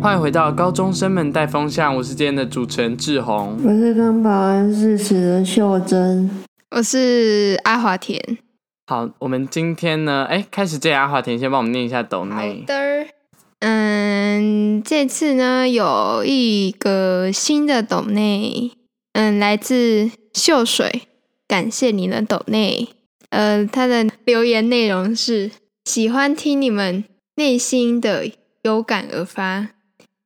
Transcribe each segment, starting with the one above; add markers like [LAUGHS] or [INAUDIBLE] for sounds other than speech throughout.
欢迎回到高中生们带风向，我是今天的主持人志宏。我是跟保安室死的秀珍，我是阿华田。好，我们今天呢，哎，开始这阿华田先帮我们念一下抖好内。的，嗯，这次呢有一个新的抖内，嗯，来自秀水，感谢你的抖内。呃，他的留言内容是：喜欢听你们内心的有感而发，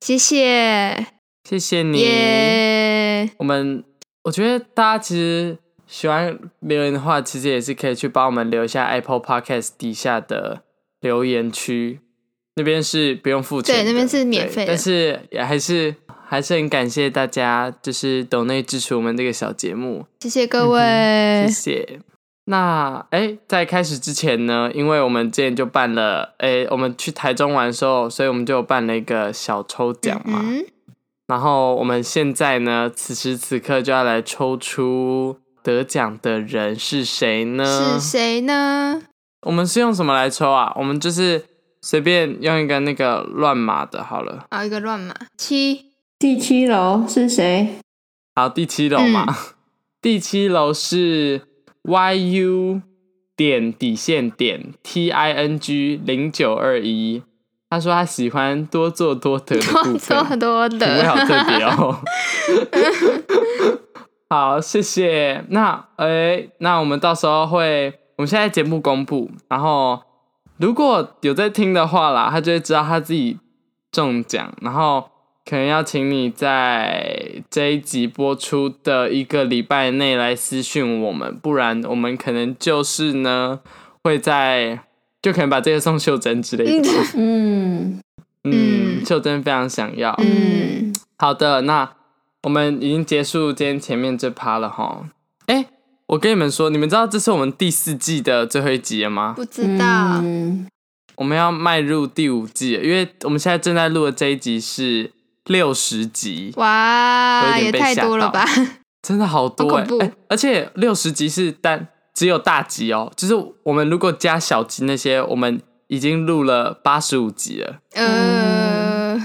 谢谢，谢谢你。耶、我们我觉得大家其实喜欢留言的话，其实也是可以去帮我们留一下 Apple Podcast 底下的留言区，那边是不用付钱的，对那边是免对费的但是也还是还是很感谢大家，就是抖内支持我们这个小节目。谢谢嗯各哼位。哎谢谢。那哎、在开始之前呢，因为我们之前就办了，哎、我们去台中玩的时候，所以我们就有办了一个小抽奖嘛。嗯然后我们现在呢，此时此刻就要来抽出得奖的人是谁呢？嗯哼，是谁呢？我们是用什么来抽啊？我们就是随便用一个那个乱码的，好了。啊，一个乱码七，第七楼是谁？好，第七楼嘛， [LAUGHS] 第七楼是 yu 点底线点 t i n g 零九二一。他说他喜欢多做多得的部 [LAUGHS] 多分，多多品味好的，特别哦。 [LAUGHS] 好，谢谢。那哎、那我们到时候会，我们现在节目公布，然后如果有在听的话啦，他就会知道他自己中奖，然后可能要请你在这一集播出的一个礼拜内来私讯我们，不然我们可能就是呢会在就可能把这个送秀珍之类的。嗯嗯，嗯秀珍非常想要。嗯，好的，那我们已经结束今天前面这趴了哈。哎、我跟你们说，你们知道这是我们第四季的最后一集了吗？不知道，嗯我们要迈入第五季了，因为我们现在正在录的这一集是六十集，哇，有一点也被太多了吧？真的好多好哎、恐怖哎而且六十集是单只有大集哦，就是我们如果加小集那些，我们已经录了八十五集了。呃，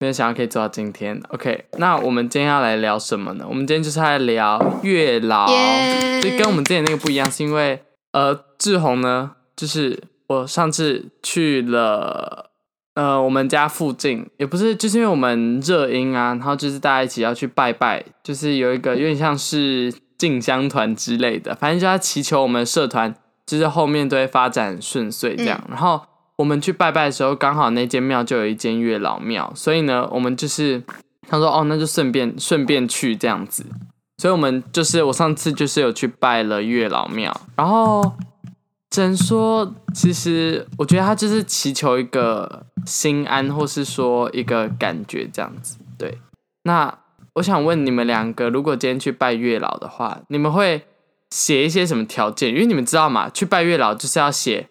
没有想到可以做到今天。OK，那我们今天要来聊什么呢？我们今天就是要来聊月老，耶嗯就跟我们之前那个不一样，是因为呃，志宏呢，就是我上次去了呃我们家附近，也不是，就是因为我们热音啊，然后就是大家一起要去拜拜，就是有一个有点像是进香团之类的，反正就要祈求我们社团就是后面都会发展顺遂这样，然后。我们去拜拜的时候，刚好那间庙就有一间月老庙，所以呢，我们就是他说哦，那就顺便顺便去这样子，所以我们就是我上次就是有去拜了月老庙，然后只能说，其实我觉得他就是祈求一个心安，或是说一个感觉这样子。对，那我想问你们两个，如果今天去拜月老的话，你们会写一些什么条件？因为你们知道嘛，去拜月老就是要写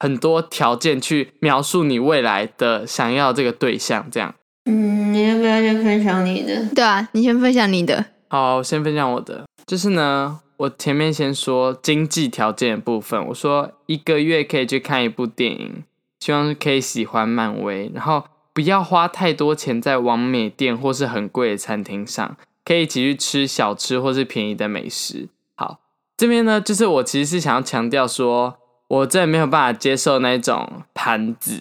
很多条件去描述你未来的想要这个对象。这样，嗯，你要不要先分享你的？对啊，你先分享你的，好，我先分享我的，就是呢，我前面先说经济条件的部分，我说一个月可以去看一部电影，希望可以喜欢漫威，然后不要花太多钱在完美店或是很贵的餐厅上，可以一起去吃小吃或是便宜的美食。好，这边呢，就是我其实是想要强调说，我真的没有办法接受那种盘子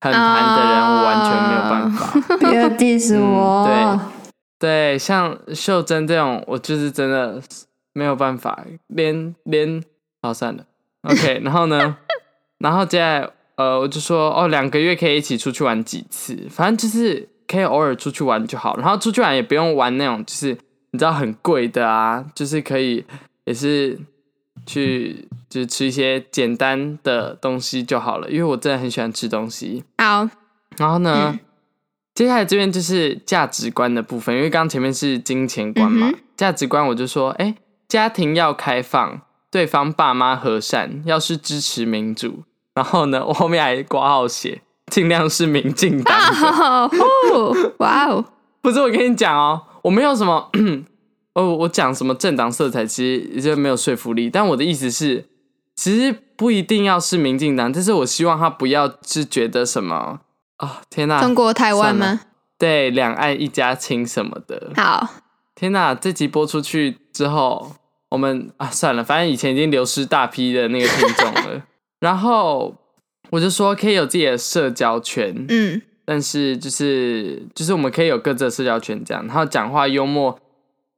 很盘的人，我完全没有办法。不要 diss 我。嗯对，像秀珍这种，我就是真的没有办法，连连好算了，OK。然后呢，然后接下来呃，我就说哦，两个月可以一起出去玩几次，反正就是可以偶尔出去玩就好。然后出去玩也不用玩那种，就是你知道很贵的啊，就是可以也是去就是吃一些简单的东西就好了，因为我真的很喜欢吃东西。好，然后呢，嗯接下来这边就是价值观的部分，因为刚刚前面是金钱观嘛，嗯哼价值观我就说，哎、家庭要开放，对方爸妈和善，要是支持民主，然后呢，我后面还挂号写，尽量是民进党 [LAUGHS] 的。哦呼，哇哦，不是我跟你讲哦，我没有什么， [CLEARS THROAT] 哦，我讲什么政党色彩，其实也就没有说服力。但我的意思是，其实不一定要是民进党，但是我希望他不要是觉得什么啊、天哪、中国台湾算吗？对两岸一家亲什么的。好，天哪、这集播出去之后，我们啊算了，反正以前已经流失大批的那个听众了。然后我就说可以有自己的社交圈，嗯，但是就是就是我们可以有各自的社交圈这样，然后讲话幽默，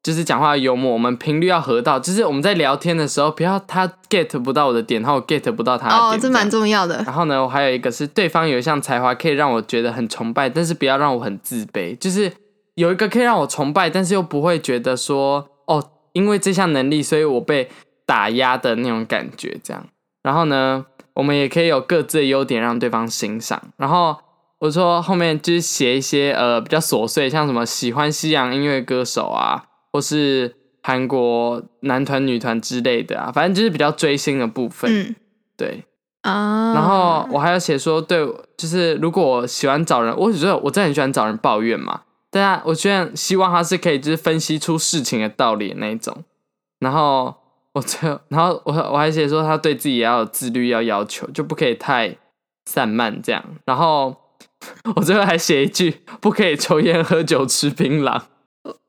就是讲话幽默，我们频率要合到，就是我们在聊天的时候不要他 get 不到我的点，然后我 get 不到他的点。哦，这蛮样重要的。然后呢，我还有一个是对方有一项才华可以让我觉得很崇拜，但是不要让我很自卑，就是有一个可以让我崇拜，但是又不会觉得说哦，因为这项能力，所以我被打压的那种感觉这样。然后呢，我们也可以有各自的优点让对方欣赏。然后我说后面就是写一些呃比较琐碎，像什么喜欢西洋音乐歌手啊，或是韩国男团、女团之类的啊，反正就是比较追星的部分。嗯对，啊，然后我还要写说，对，就是如果我喜欢找人，我只觉得我真的很喜欢找人抱怨嘛，但是我居然希望他是可以就是分析出事情的道理的那一种。然后我最后，然后我我还写说，他对自己也要有自律，要要求，就不可以太散漫这样。然后我最后还写一句，不可以抽烟、喝酒、吃槟榔。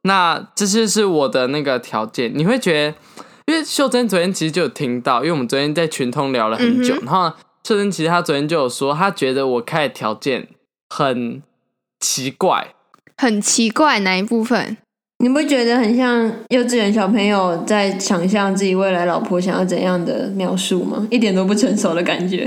那这些是我的那个条件，你会觉得，因为秀珍昨天其实就有听到，因为我们昨天在群通聊了很久，嗯哼然后秀珍其实她昨天就有说，她觉得我开的条件很奇怪，很奇怪哪一部分？你不觉得很像幼稚园小朋友在想象自己未来老婆想要怎样的描述吗？一点都不成熟的感觉。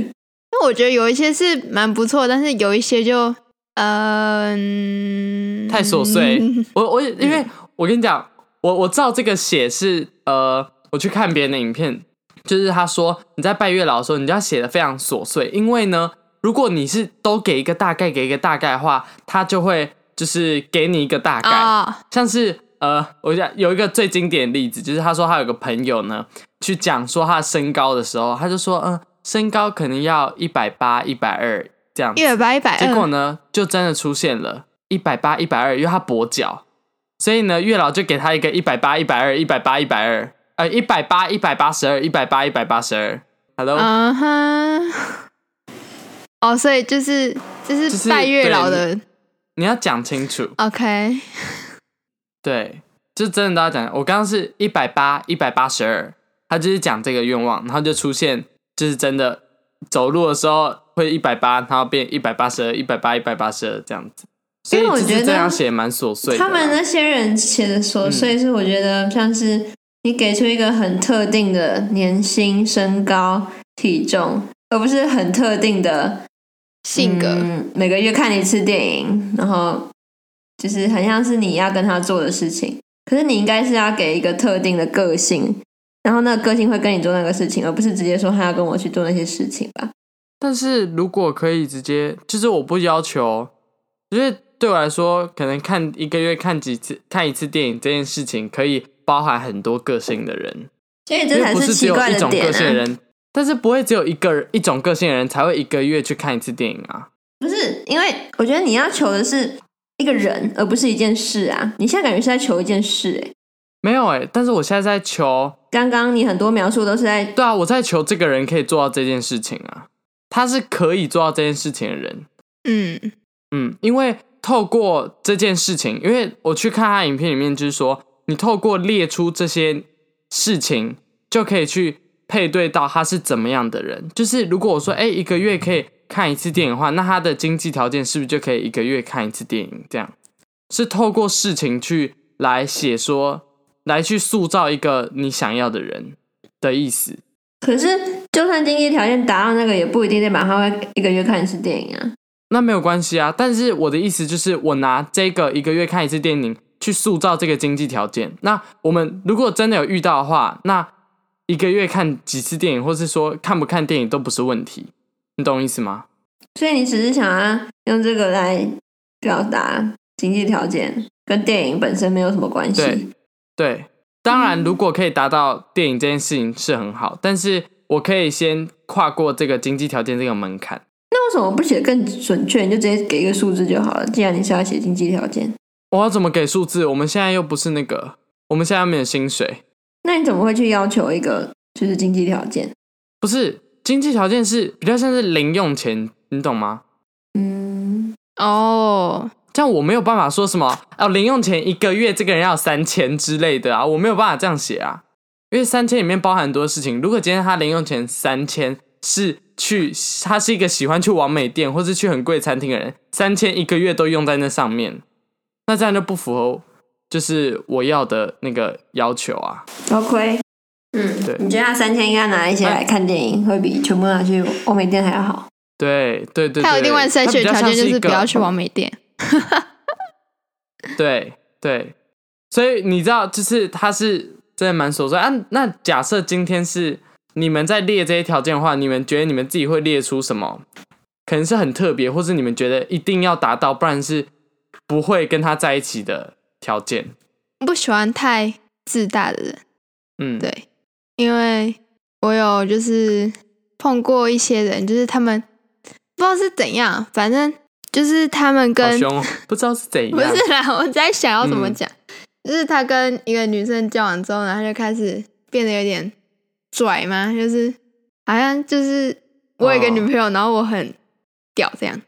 那我觉得有一些是蛮不错，但是有一些就呃嗯、太琐碎。我我因为我跟你讲，我我照这个写是呃，我去看别人的影片，就是他说你在拜月老的时候，你就要写的非常琐碎，因为呢，如果你是都给一个大概，给一个大概的话，他就会就是给你一个大概，啊、像是呃，我讲有一个最经典的例子，就是他说他有个朋友呢，去讲说他身高的时候，他就说嗯，身高可能要一百八、一百二这样子一百八一百结果嗯二，呢，就真的出现了一百八、一百二，因为他跛脚，所以呢，月老就给他一个一百八、一百二、一百八、一百二，呃，一百八、一百八十二、一百八、一百八十二。Hello，、嗯哼，哦，所以就是这就是是拜月老的、你要讲清楚， o k 对，就真的都要讲。我刚刚是一百八、一百八十二，他就是讲这个愿望，然后就出现，就是真的走路的时候会一百八，然后变一百八十二、一百八、一百八十二这样子。所以因为我其实觉得这样写蛮琐碎的啊他啦。们那些人写的嗯琐碎是，我觉得像是你给出一个很特定的年薪、身高、体重，而不是很特定的性格、嗯每个月看一次电影，然后就是很像是你要跟他做的事情。可是你应该是要给一个特定的个性，然后那个个性会跟你做那个事情，而不是直接说他要跟我去做那些事情吧。但是如果可以直接，就是我不要求，就是对我来说，可能看一个月看几次看一次电影这件事情，可以包含很多个性的人，所以因这为才不是只奇有怪一种点个性的啊！人，但是不会只有一个人一种个性的人才会一个月去看一次电影啊。不是，因为我觉得你要求的是一个人，而不是一件事啊。你现在感觉是在求一件事、欸，没有哎、但是我现在在求，刚刚你很多描述都是在对啊，我在求这个人可以做到这件事情啊，他是可以做到这件事情的人，嗯，嗯，因为透过这件事情，因为我去看他影片里面，就是说你透过列出这些事情，就可以去配对到他是怎么样的人。就是如果我说，哎、一个月可以看一次电影的话，那他的经济条件是不是就可以一个月看一次电影？这样是透过事情去来写说，来去塑造一个你想要的人的意思。可是，就算经济条件达到那个，也不一定代表他会一个月看一次电影啊。那没有关系啊，但是我的意思就是，我拿这个一个月看一次电影去塑造这个经济条件。那我们如果真的有遇到的话，那一个月看几次电影，或是说看不看电影都不是问题，你懂我意思吗？所以你只是想要用这个来表达经济条件，跟电影本身没有什么关对系。对，当然如果可以达到电影这件事情是很好，但是我可以先跨过这个经济条件这个门槛。那为什么不写更准确？你就直接给一个数字就好了。既然你是要写经济条件，我要怎么给数字？我们现在又不是那个，我们现在又没有薪水。那你怎么会去要求一个就是经济条件？不是经济条件是比较像是零用钱，你懂吗？嗯，哦，这这样我没有办法说什么哦，零用钱一个月这个人要三千之类的啊，我没有办法这样写啊，因为三千里面包含很多事情。如果今天他零用钱三千是去，他是一个喜欢去完美店或是去很贵餐厅的人，三千一个月都用在那上面，那这样就不符合就是我要的那个要求啊。 OK，嗯，对你觉得他三千应该拿一些来看电影，会比全部拿去欧美店还要好？对对对，还有对另外筛选条件就是不它比较要。像一去个完美店。对对，所以你知道，就是他是真的蛮琐碎啊。那假设今天是你们在列这些条件的话，你们觉得你们自己会列出什么？可能是很特别，或是你们觉得一定要达到，不然是不会跟他在一起的条件。不喜欢太自大的人，嗯，对，因为我有就是碰过一些人，就是他们不知道是怎样，反正就是他们好跟凶哦，不知道是怎样。 [LAUGHS] 不是啦，我在想要怎么嗯讲，就是他跟一个女生交往之后，然后他就开始变得有点拽嘛，就是好像就是我有一个哦女朋友，然后我很屌这样，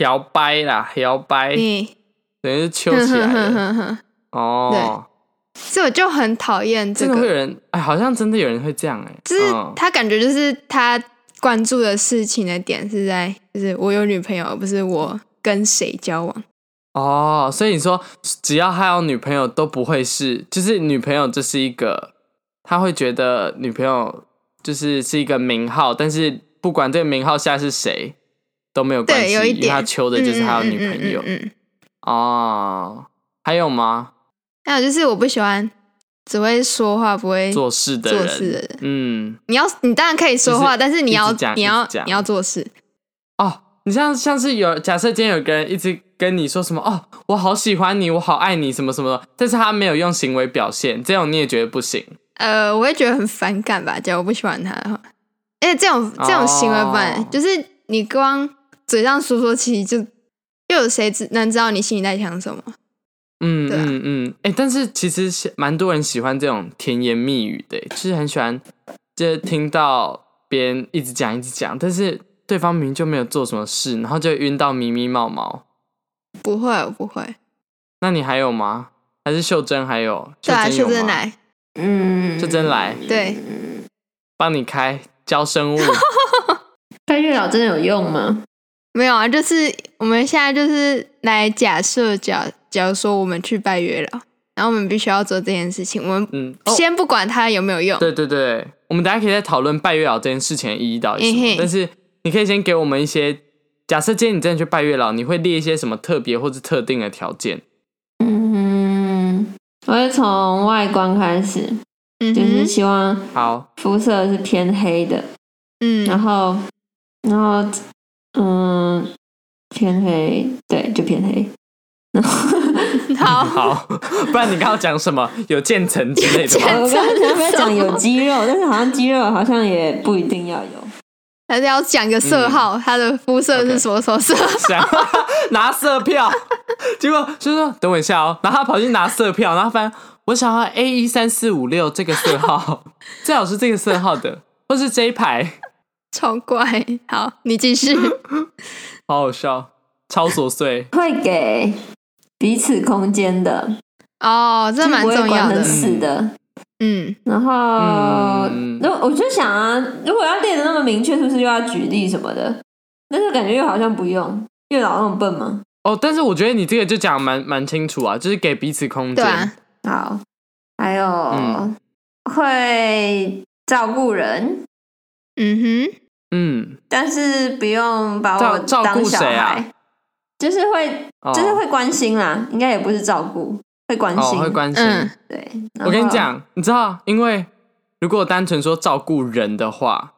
摇摆啦，摇摆，你等于是揪哎起来哼 [LAUGHS] 了。哼哼哼哦，所以我就很讨厌这真的会有个，人，哎，好像真的有人会这样哎、就是嗯他感觉就是他关注的事情的点是在就是我有女朋友，而不是我跟谁交往。哦，所以你说只要他有女朋友都不会是，就是女朋友这是一个，他会觉得女朋友就是是一个名号，但是不管这个名号下是谁都没有关对，系，有一因为点，他求的就是他有嗯嗯女朋友嗯嗯嗯嗯哦。还有吗？还有就是我不喜欢只会说话不会做事的做人，事的人嗯，你要你当然可以说就话，是但是你一要直讲你一要直讲你要做事，哦，你像像是有假设今天有个人一直跟你说什么哦，我好喜欢你，我好爱你什么什么的，但是他没有用行为表现，这种你也觉得不行。呃，我会觉得很反感吧，假如我不喜欢他的话，而且这种这种行为本来、哦就是你光嘴上说说，其实就又有谁知能知道你心里在想什么？嗯对啊嗯嗯，哎、但是其实是蛮多人喜欢这种甜言蜜语的，就是很喜欢，就是听到别人一直讲一直讲，但是对方明明就没有做什么事，然后就晕到迷迷冒冒。不会，我不会。那你还有吗？还是秀珍还有？对啊，秀珍修有吗，正来，嗯，秀珍来对，帮你开教生物。[LAUGHS] 看月老真的有用吗？没有啊，就是我们现在就是来假设，假假如说我们去拜月老，然后我们必须要做这件事情，我们嗯，哦，先不管它有没有用，对对对，我们大家可以再讨论拜月老这件事情的意义到底是什嗯么哼。但是你可以先给我们一些，假设今天你真的去拜月老，你会列一些什么特别或是特定的条件？嗯，我会从外观开始，嗯就是哼，希望好。肤色是偏黑的，然嗯，后，然后，嗯，偏黑，对，就偏 [LAUGHS] 黑。[LAUGHS] 好，好，不然你刚刚讲什么？有渐层之类的有吗渐我刚才想要讲有肌肉，但是好像肌肉好像也不一定要有。还是要讲个色号，嗯他的肤色是什么什么色？想拿色票，结果就说等我一下哦，然后他跑去拿色票，然后发现我想要 A 一三四五六这个色号，最好是这个色号的，或是这一排，超怪。好，你继续。好好笑，超琐碎。会给彼此空间的，哦，这蛮就不重会要管的很。死的。嗯，然后，嗯那、我就想啊，如果要列的那么明确，是不是又要举例什么的？但是感觉又好像不用，月老那么笨吗？哦，但是我觉得你这个就讲得蛮蛮清楚啊，就是给彼此空对间。啊，好，还有、嗯会照顾人，嗯哼，嗯，但是不用把我照照当顾小谁啊孩，就是会哦就是会关心啦，应该也不是照顾，会关哦心，会关心。嗯，对。我跟然你后，讲，你知道，因为如果单纯说照顾人的话，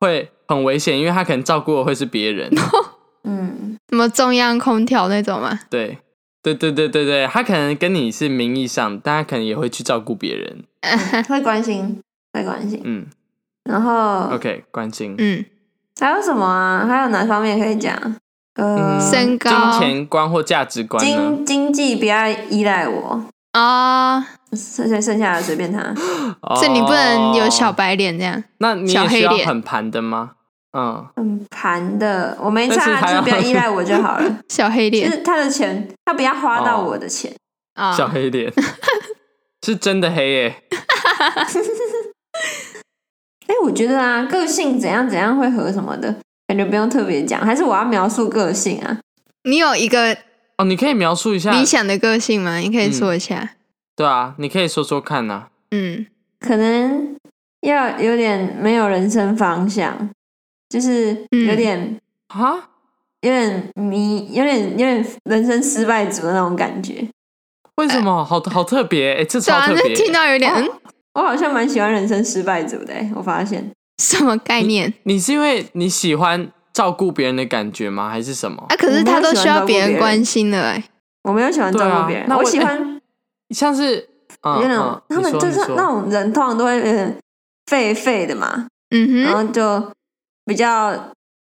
会很危险，因为他可能照顾的会是别 [LAUGHS] 人。哦嗯，什么中央空调那种啊 [LAUGHS] 吗？对，对对对对对，他可能跟你是名义上，但他可能也会去照顾别人。嗯会关心，会关心。嗯然后，OK，关心。哦嗯，还有什么啊？还有哪方面可以讲？嗯呃，身高金钱观或价值观呢？经经济不要依赖我，哦，剩剩剩下的随便他。哦所以你不能有小白脸这样。那你小也黑需要脸很盘的吗？嗯，很盘的，我没但是差，还就要是不要依赖我就好 [LAUGHS] 了。小黑就脸是他的钱，他不要花到哦我的钱。啊，小黑 [LAUGHS] 脸是真的黑耶、哎、我觉得啊，个性怎样怎样会合什么的，感觉不用特别讲，还是我要描述个性啊？你有一个哦，你可以描述一下理想的个性吗？你可以嗯说一下。对啊，你可以说说看啊呐、嗯，可能要有点没有人生方向，就是有嗯点、啊。有点迷，有点有点人生失败组的那种感觉。为什么？好好特别，哎、这呃对超啊，特那别、哦听到有点嗯我好像蛮喜欢人生失败组的、欸，我发现什么概念你是因为你喜欢照顾别人的感觉吗？还是什么？啊？可是他都需要我没有喜欢别照顾别人人关心的哎，我没有喜欢照对啊顾别人，那我我喜哎 [LAUGHS] 欢、像是，嗯，有点那种、嗯他们你说就你是说那种人，通常都会有点废废的嘛，嗯然哼，后就比较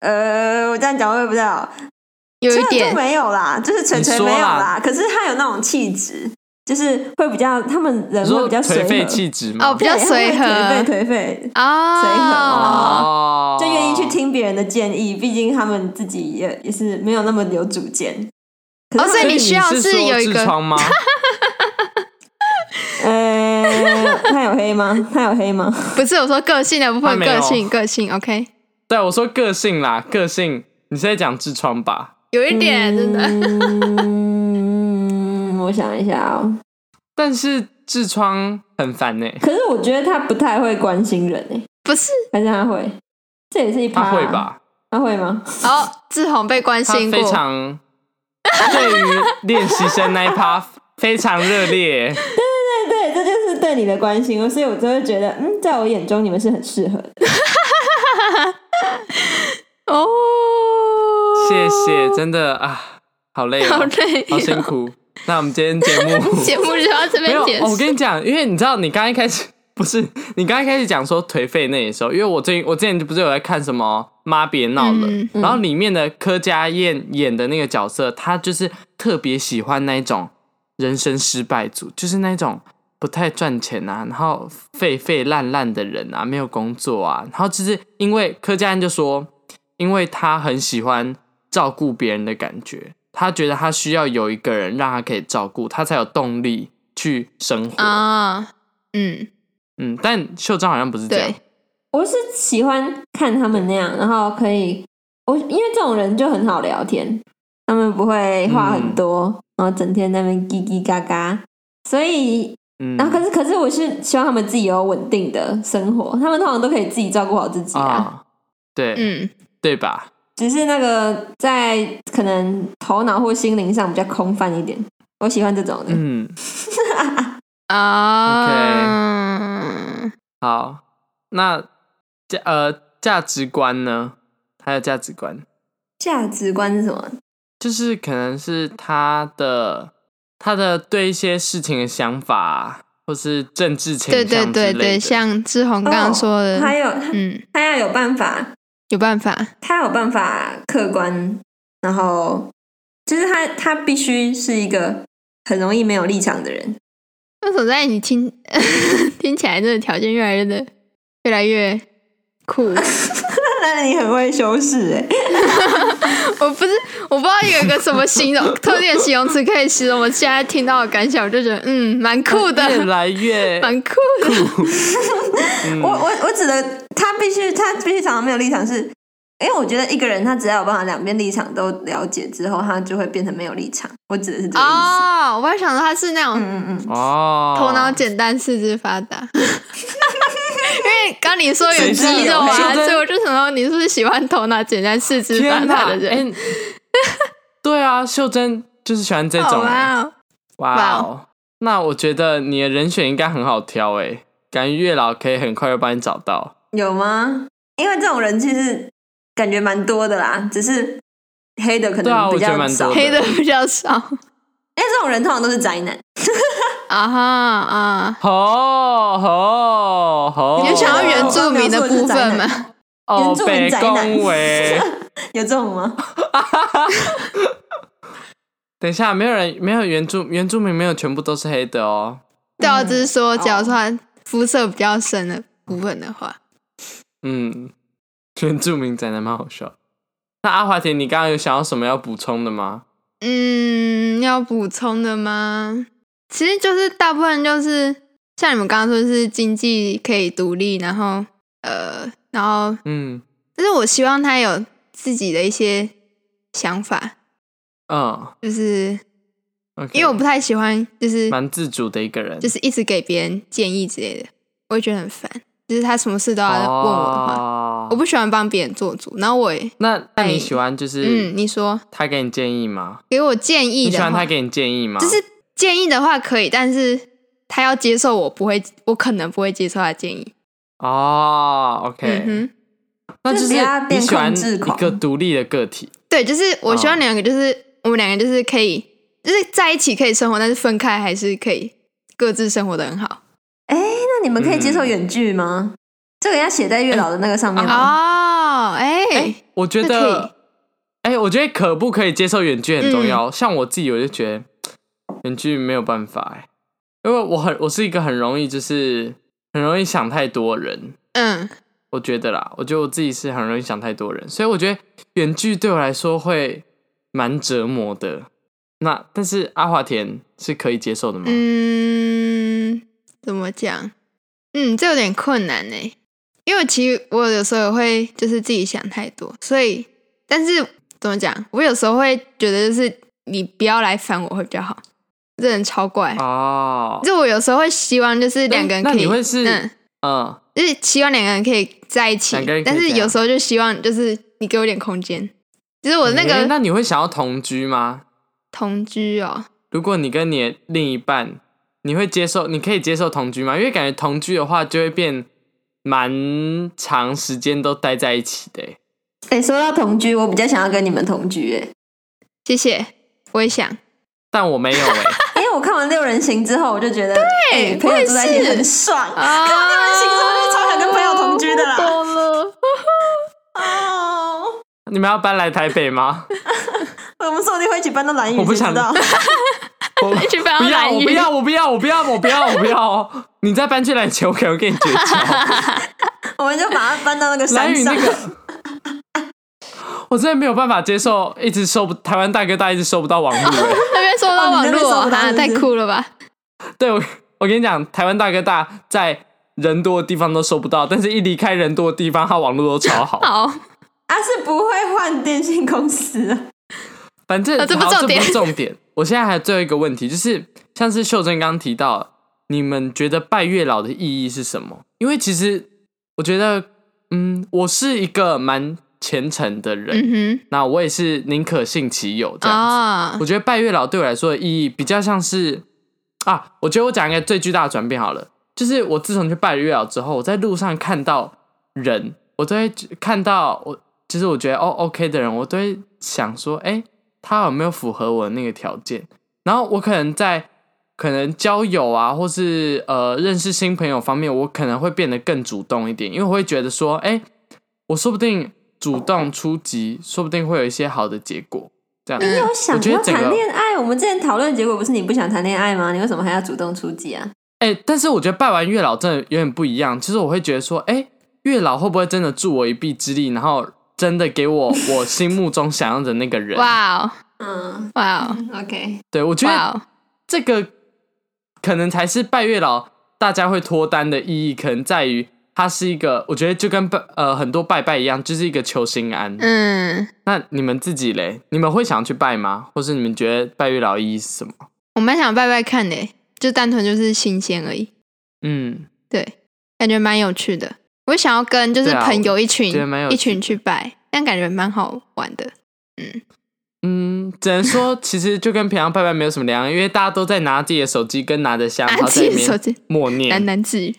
呃，我这样讲会不会不太好？有一虽然点就没有啦，就是锤锤你说啦没有啦，可是他有那种气质，就是会比较他们人你会说比较随颓和，废气质吗？哦，比较随对他们会和颓废颓废，哦，哦，就愿意去听别人的建议，毕竟他们自己也也是没有那么有主见。可是他哦们所以所以你需要是是说有一痔个疮吗？ [LAUGHS] 呃，他有黑吗？他有黑吗？不是我说个性的部他分，没有个性个性，OK，对，我说个性啦，个性，你是在讲痔疮吧？有一点真的，嗯，我想一下哦。但是痔疮很烦呢、可是我觉得他不太会关心人诶，不是还是他会？这也是一趴、他会？吧？他会吗？ [LAUGHS] 哦，志宏被关他心非过，常对于练习生那一趴 [LAUGHS] 非常热烈、对对，这就是对你的关心，哦所以我就会觉得，嗯，在我眼中你们是很适合的。哦，谢谢，真的啊，好累、哦，好累好辛哦，苦。那我们今天节目 [LAUGHS] 节目就到这没边有，结哦我束，跟你讲，因为你知道，你刚一开始 [LAUGHS] 不是你刚一开始讲说颓废那的时候，因为我最近我之前不是有在看什么《妈别闹了》嗯然后里面的柯佳燕演的那个角色，她就是特别喜欢那一种人生失败组，就是那种不太赚钱啊，然后废废烂烂的人啊，没有工作啊，然后就是因为柯佳燕就说，因为她很喜欢照顾别人的感觉，她觉得她需要有一个人让她可以照顾，她才有动力去生活。啊，嗯，嗯，但秀章好像不是这样对，，我是喜欢看他们那样，然后可以，我因为这种人就很好聊天，他们不会话嗯很多，然后整天在那边叽叽嘎嘎，所以嗯，然后可是可是我是希望他们自己有稳定的生活，他们通常都可以自己照顾好自己啊，啊，对，嗯，对吧？只是那个在可能头脑或心灵上比较空泛一点，我喜欢这种的。嗯，啊，好，那价呃价值观呢？还有价值观，价值观是什么？就是可能是他的他的对一些事情的想法啊，或是政治倾对向对对之类对，的像志宏刚刚说哦还的，有他嗯，他要有办法，有办法，他有办法客观，然后就是他他必须是一个很容易没有立场的人。那总在你听 [LAUGHS] 听起来，这个条件越来越的越来越酷。那你很会修饰哎、我不是我不知道有一个什么形 [LAUGHS] 容特定的形容词可以形容我现在听到的感想，我就觉得嗯，蛮酷的， [LAUGHS] 越来 [LAUGHS] 越蛮酷的。嗯我我我指的他必须他必须常常没有立场是。因为我觉得一个人他只要有办法两边立场都了解之后，他就会变成没有立场。我指的是这个意思。哦，我还想说他是那种嗯嗯嗯，哦，头脑简单、四肢发达。 [LAUGHS] 因为刚你说有谁知道肌肉啊，说真所以我就想说你是不是喜欢头脑简单、四肢发天达哪，的人？哎对啊，秀珍就是喜欢这好种、欸，哇哦，哇哦，那我觉得你的人选应该很好挑哎、感觉月老可以很快就帮你找到。有吗？因为这种人其实感觉蛮多的啦，只是黑的可对啊能我比觉得较蛮少。多因黑的比较少为这种人通常都是宅男。啊哈啊。吼吼吼！哦你就想要原住民的部我分刚刚吗？哦原住被民宅男恭 [LAUGHS] 维。 [LAUGHS] 有这种吗？等一下，没有人，没有原住原住民，没有全部都是黑的哦。对啊，就是说，哦假如说他肤色比较深的部分的话，嗯，原住民宅男蛮好笑。那阿华田，你刚刚有想要什么要补充的吗？嗯，要补充的吗？其实就是大部分就是像你们刚刚说，就是经济可以独立，然后呃，然后嗯但是我希望他有自己的一些想法，嗯就是，OK，因为我不太喜欢，就是蛮自主的一个人，就是一直给别人建议之类的，我会觉得很烦。就是他什么事都要问我的话，哦我不喜欢帮别人做主。然后我也，那那你哎喜欢就是嗯，你说他给你建议吗？给我建议你喜的欢他话，给你建议吗？就是建议的话可以，但是他要接受我不会，我可能不会接受他的建议。哦，OK，、嗯哼，那就是就不要你变喜欢控制一狂个独立的个体，对，就是我希哦望两个就是、我们两个就是可以，就是在一起可以生活，但是分开还是可以各自生活的很好。那你们可以嗯接受远距吗？这个要写在月老的那个上面吗？哦，哎、我觉那可以得，哎、我觉得可不可以接受远距很重嗯要。像我自己，我就觉得远距没有办法、哎，因为我很我是一个很容易就是很容易想太多的人，嗯，我觉得啦，我觉得我自己是很容易想太多的人，所以我觉得远距对我来说会蛮折磨的。那但是阿华田是可以接受的吗？嗯，怎么讲？嗯，这有点困难呢，因为其实我有时候也会就是自己想太多，所以，但是怎么讲？我有时候会觉得就是你不要来烦我会比较好，这人超怪。哦，就我有时候会希望就是两个人那可以，你会是嗯，嗯，就是希望两个人可以在一起两个人，可以但是怎样有时候就希望就是你给我一点空间，就是我那诶个那你会想要同居吗？同居哦，如果你跟你的另一半，你会接受，你可以接受同居吗？因为感觉同居的话，就会变蛮长时间都待在一起的欸。哎、说到同居，我比较想要跟你们同居、哎。谢谢，我也想。但我没有 [LAUGHS] 哎、因为我看完《六人行》之后，我就觉得对朋我友也住在一起是很爽。 [LAUGHS] 啊，看完《六人行》之后，就超想跟朋友同居的我啦。懂了，哦，你们要搬来台北吗？我们说不定会一起搬到蓝屿，我不谁知想道。我一起搬到不要，兰我屿不要，我不要，我不要，我不要，我不要哦！你再搬去篮球，我可能跟你绝交。 [LAUGHS] 我们就把它搬到那个 [LAUGHS] 山蓝宇上那。个，我真的没有办法接受，一直收不台湾大哥大一直收不到网络欸。那边收到网 [LAUGHS] 哦络你那边收不到啊，是不太是酷了吧？对我，我跟你讲，台湾大哥大在人多的地方都收不到，但是一离开人多的地方，他网络都超好。好，啊，是不会换电信公司啊 [LAUGHS] 的。反正、啊这不好重点这不是重点。我现在还有最后一个问题，就是像是秀珍刚刚提到的，你们觉得拜月老的意义是什么？因为其实我觉得，嗯，我是一个蛮虔诚的人，嗯那我也是宁可信其有这哼，样子。啊我，觉得拜月老对我来说的意义比较像是啊，我觉得我讲一个最巨大的转变好了，就是我自从去拜月老之后，我在路上看到人，我都会看到我，就是我觉得哦 OK 的人，我都会想说，哎、他有没有符合我那个条件？然后我可能在可能交友啊，或是呃认识新朋友方面，我可能会变得更主动一点，因为我会觉得说，哎、我说不定主动出击，说不定会有一些好的结果。这样，你有我想觉得过整个谈恋爱？我们之前讨论结果不是你不想谈恋爱吗？你为什么还要主动出击啊？哎、但是我觉得拜完月老真的有点不一样。其实我会觉得说，哎、月老会不会真的助我一臂之力，然后真的给我 [LAUGHS] 我心目中想要的那个人？哇哦，嗯哇哦， ，OK，对，我觉哇得哦，这个可能才是拜月老大家会脱单的意义，可能在于它是一个，我觉得就跟拜呃很多拜拜一样，就是一个求心安。嗯，那你们自己嘞，你们会想去拜吗？或是你们觉得拜月老意义是什么？我蛮想拜拜看的，就单纯就是新鲜而已，嗯，对，感觉蛮有趣的。我想要跟就是对啊朋友一群觉得蛮有一趣群去拜，但感觉蛮好玩的。嗯，只能说其实就跟平常拜拜没有什么两样，因为大家都在拿自己的手机跟拿着香，然拿后啊自在里己的手面机默喃念。喃自语，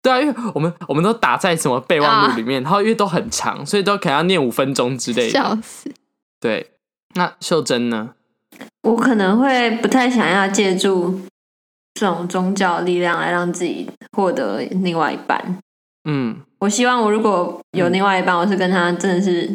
对啊，因为我们我们都打在什么备忘录啊里面，然后因为都很长，所以都可能要念五分钟之类的。笑死。对，那秀珍呢？我可能会不太想要借助这种宗教力量来让自己获得另外一半。嗯，我希望我如果有另外一半，我是跟他真的是，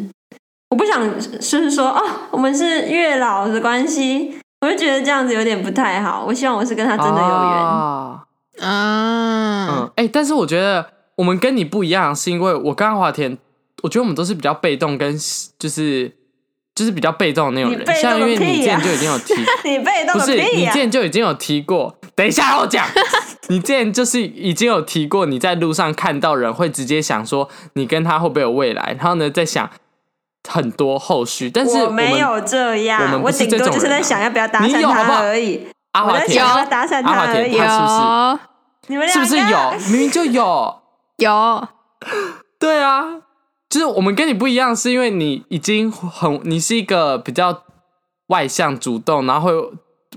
我不想就是说哦，我们是月老的关系，我就觉得这样子有点不太好。我希望我是跟他真的有缘。嗯啊啊，嗯，哎、但是我觉得我们跟你不一样，是因为我跟阿华田我觉得我们都是比较被动跟就是就是比较被动的那种你人，被动像因个为你屁之呀前就已经 [LAUGHS] 有提，你被动不的是你屁之呀、前就已经有提过，等一下让 [LAUGHS] 我讲，你之前就是已经有提过，你在路上看到人会直接想说你跟他会不会有未来，然后呢在想很多后续，但是我我们没有这我样，们我不是顶这多种就是在人啊想要不要搭你讪有好不他好而已。阿我华在田想要不要搭讪阿他华而田已。他有你们是两不个是有？嗯明明就有，有，对啊，就是我们跟你不一样，是因为你已经很，你是一个比较外向、主动，然后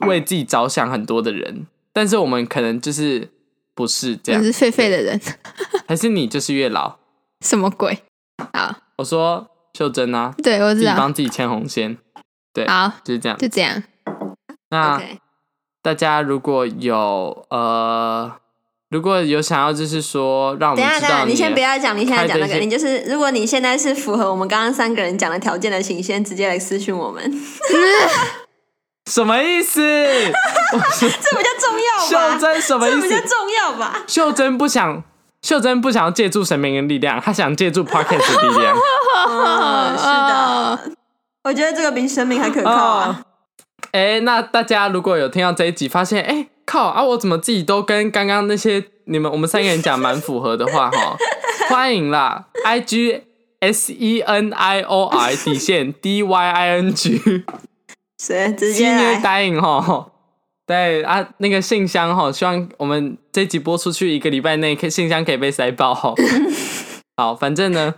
会为自己着想很多的人。但是我们可能就是不是这我嗯样，是狒狒的人，还是你就是月老？什么鬼？好，我说秀珍啊，对我自知己道，帮自己牵红线，对，好，就是这样。就这样。那 OK [LAUGHS] 大家如果有呃，如果有想要，就是说让我等们一下，等知一道下，你先不要讲，你现在讲那开个，的一些你就是如果你现在是符合我们刚刚三个人讲的条件的，请先直接来私讯我们， [LAUGHS] 什么意 [LAUGHS] 思？这比较重要吧？秀珍什么这意比较思？重要吧？秀珍不想，秀珍不想要借助神明的力量，她想借助 podcast 的力量。嗯，是哦的，我觉得这个比生命还可靠啊。哎、那大家如果有听到这一集，发现哎、靠啊，我怎么自己都跟刚刚那些你们我们三个人讲蛮符合的话哈，欢迎啦，I G S E N I O R 底线 D Y I N G，谁直接今天来？答应哈。对啊，那个信箱哈，希望我们这集播出去一个礼拜内，可以信箱可以被塞 [LAUGHS] 爆哈。好，反正呢，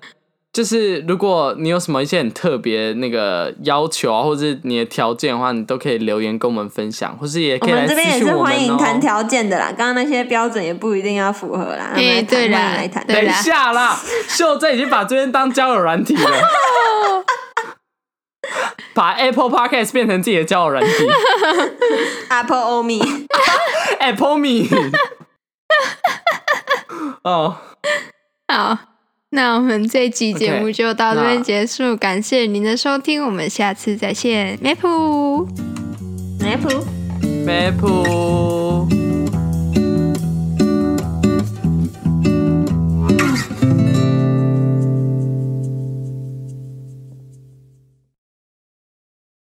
就是如果你有什么一些很特别的那个要求啊，或者是你的条件的话，你都可以留言跟我们分享，或是也我可以们来这私边也信是我们欢迎谈哦。条件的啦，刚刚那些标准也不一定要符合啦。哎对啦啦，来谈。对等一啦下 [LAUGHS] 啦，秀珍已经把这边当交友软体了，把 Apple Podcast 变成自己的交友软体 Apple o m [LAUGHS] e ，Apple Me。哦，好，那我们这期节目 OK，就到这那边结束，感谢您的收听，我们下次再见，Map。 Apple。梅普。